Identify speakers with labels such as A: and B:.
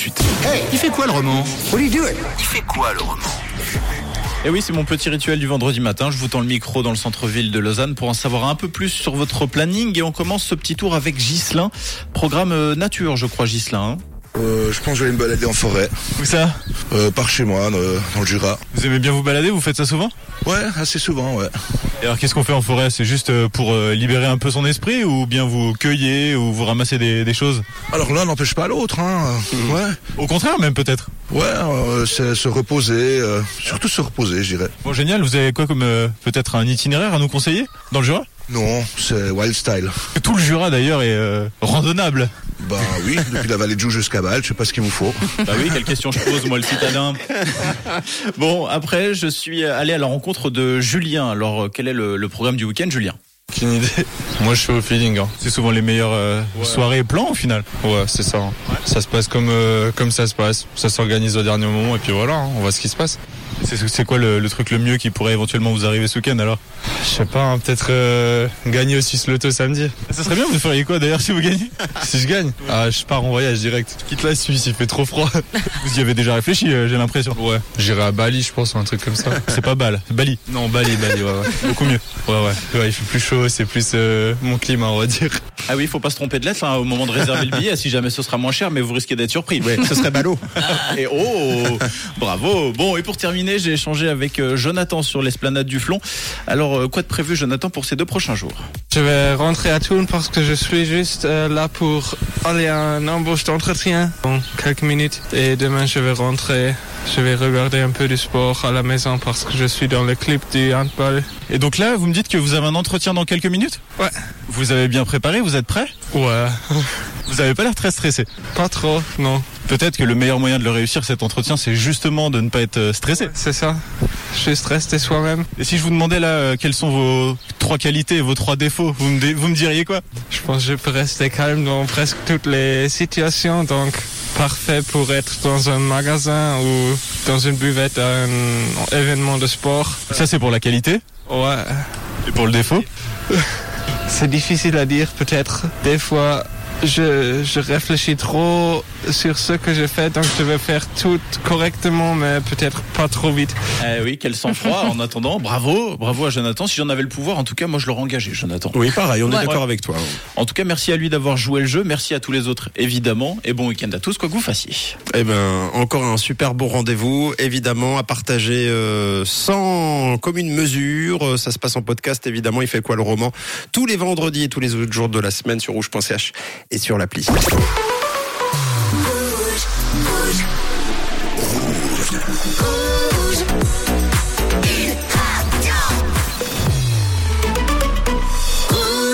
A: suite. Hey Il fait quoi le roman
B: What are you doing?
C: Il fait quoi le roman
A: Et Eh oui, c'est mon petit rituel du vendredi matin. Je vous tends le micro dans le centre-ville de Lausanne pour en savoir un peu plus sur votre planning. Et on commence ce petit tour avec Gislin. Programme euh, nature, je crois, Gislin. hein.
D: Euh, je pense que je vais me balader en forêt,
A: Où ça
D: euh, par chez moi, euh, dans le Jura.
A: Vous aimez bien vous balader Vous faites ça souvent
D: Ouais, assez souvent, ouais.
A: Et alors, qu'est-ce qu'on fait en forêt C'est juste euh, pour euh, libérer un peu son esprit ou bien vous cueillez ou vous ramassez des, des choses
D: Alors l'un n'empêche pas l'autre, hein. euh,
B: Mhm.
D: Ouais,
A: Au contraire, même peut-être.
D: ouais, euh, c'est se reposer, euh, surtout se reposer, je dirais.
A: Bon, génial. Vous avez quoi comme euh, peut-être un itinéraire à nous conseiller dans le Jura
D: Non, c'est wild style.
A: Tout le Jura d'ailleurs est euh, randonnable.
D: Bah oui, depuis la vallée de Joux jusqu'à Bâle, je sais pas ce qu'il vous faut.
A: Bah oui, quelle question je pose, moi, le citadin. bon, après, je suis allé à la rencontre de Julien. Alors, euh, quel est le, le programme du week-end, Julien
E: Aucune idée. Moi, je suis au feeling. hein.
A: C'est souvent les meilleures euh, soirées et plans, au final.
E: Ouais, c'est ça. hein. Ça se passe comme euh, comme ça se passe. Ça s'organise au dernier moment et puis voilà, hein, on voit ce qui se passe.
A: C'est c'est quoi le, le truc le mieux qui pourrait éventuellement vous arriver ce week-end, alors
E: Je sais pas, hein, peut-être euh, gagner au Suisse Loto samedi.
A: Ça serait bien, vous feriez quoi, d'ailleurs, si vous gagnez
E: Si je gagne, ah, je pars en voyage direct. Je quitte la Suisse, il fait trop froid.
A: Vous y avez déjà réfléchi, euh, j'ai l'impression.
E: Ouais, j'irai à Bali, je pense, ou un truc comme ça.
A: C'est pas Bâle, Bali.
E: Non, Bali, Bali, ouais, ouais.
A: Beaucoup mieux.
E: Ouais, ouais, ouais, il fait plus chaud, c'est plus euh, mon climat, on va dire.
A: Ah oui, faut pas se tromper de lettre hein, au moment de réserver le billet, si jamais ce sera moins cher, mais vous risquez d'être surpris.
B: Ce serait ballot.
A: Et oh Bravo Bon, et pour terminer, j'ai échangé avec euh, Jonathan sur l'esplanade du Flon. Alors, euh, quoi de prévu, Jonathan, pour ces deux prochains jours
F: Je vais rentrer à Toulon parce que je suis juste euh, là pour aller à un embauche d'entretien dans quelques minutes. Et demain, je vais rentrer. Je vais regarder un peu du sport à la maison parce que je suis dans le clip du handball.
A: Et donc là, vous me dites que vous avez un entretien dans quelques minutes
F: Ouais.
A: Vous avez bien préparé, vous êtes prêt
F: Ouais.
A: Vous avez pas l'air très stressé.
F: Pas trop, non.
A: Peut-être que le meilleur moyen de le réussir, cet entretien, c'est justement de ne pas être euh, stressé.
F: C'est ça. Juste rester soi-même.
A: Et si je vous demandais là, euh, quelles sont vos trois qualités et vos trois défauts, vous me, dé- vous me diriez quoi
F: Je pense que je peux rester calme dans presque toutes les situations. Donc, parfait pour être dans un magasin ou dans une buvette à un événement de sport.
A: Ça, c'est pour la qualité.
F: Ouais.
A: Et pour le défaut
F: C'est difficile à dire peut-être. Des fois, je, je réfléchis trop sur ce que je fais, donc je vais faire tout correctement, mais peut-être pas trop vite.
A: Eh oui, quel sang-froid en attendant. Bravo, bravo à Jonathan. Si j'en avais le pouvoir, en tout cas, moi, je l'aurais engagé, Jonathan.
B: Oui, pareil, on est
A: Ouais.
B: d'accord avec toi.
A: En tout cas, merci à lui d'avoir joué le jeu. Merci à tous les autres, évidemment. Et bon week-end à tous, quoi que vous fassiez.
B: Eh ben, encore un super bon rendez-vous, évidemment, à partager euh, sans commune mesure. Euh, Ça se passe en podcast, évidemment. Il fait quoi le roman Tous les vendredis et tous les autres jours de la semaine sur rouge.ch et sur l'appli.
C: Rouge.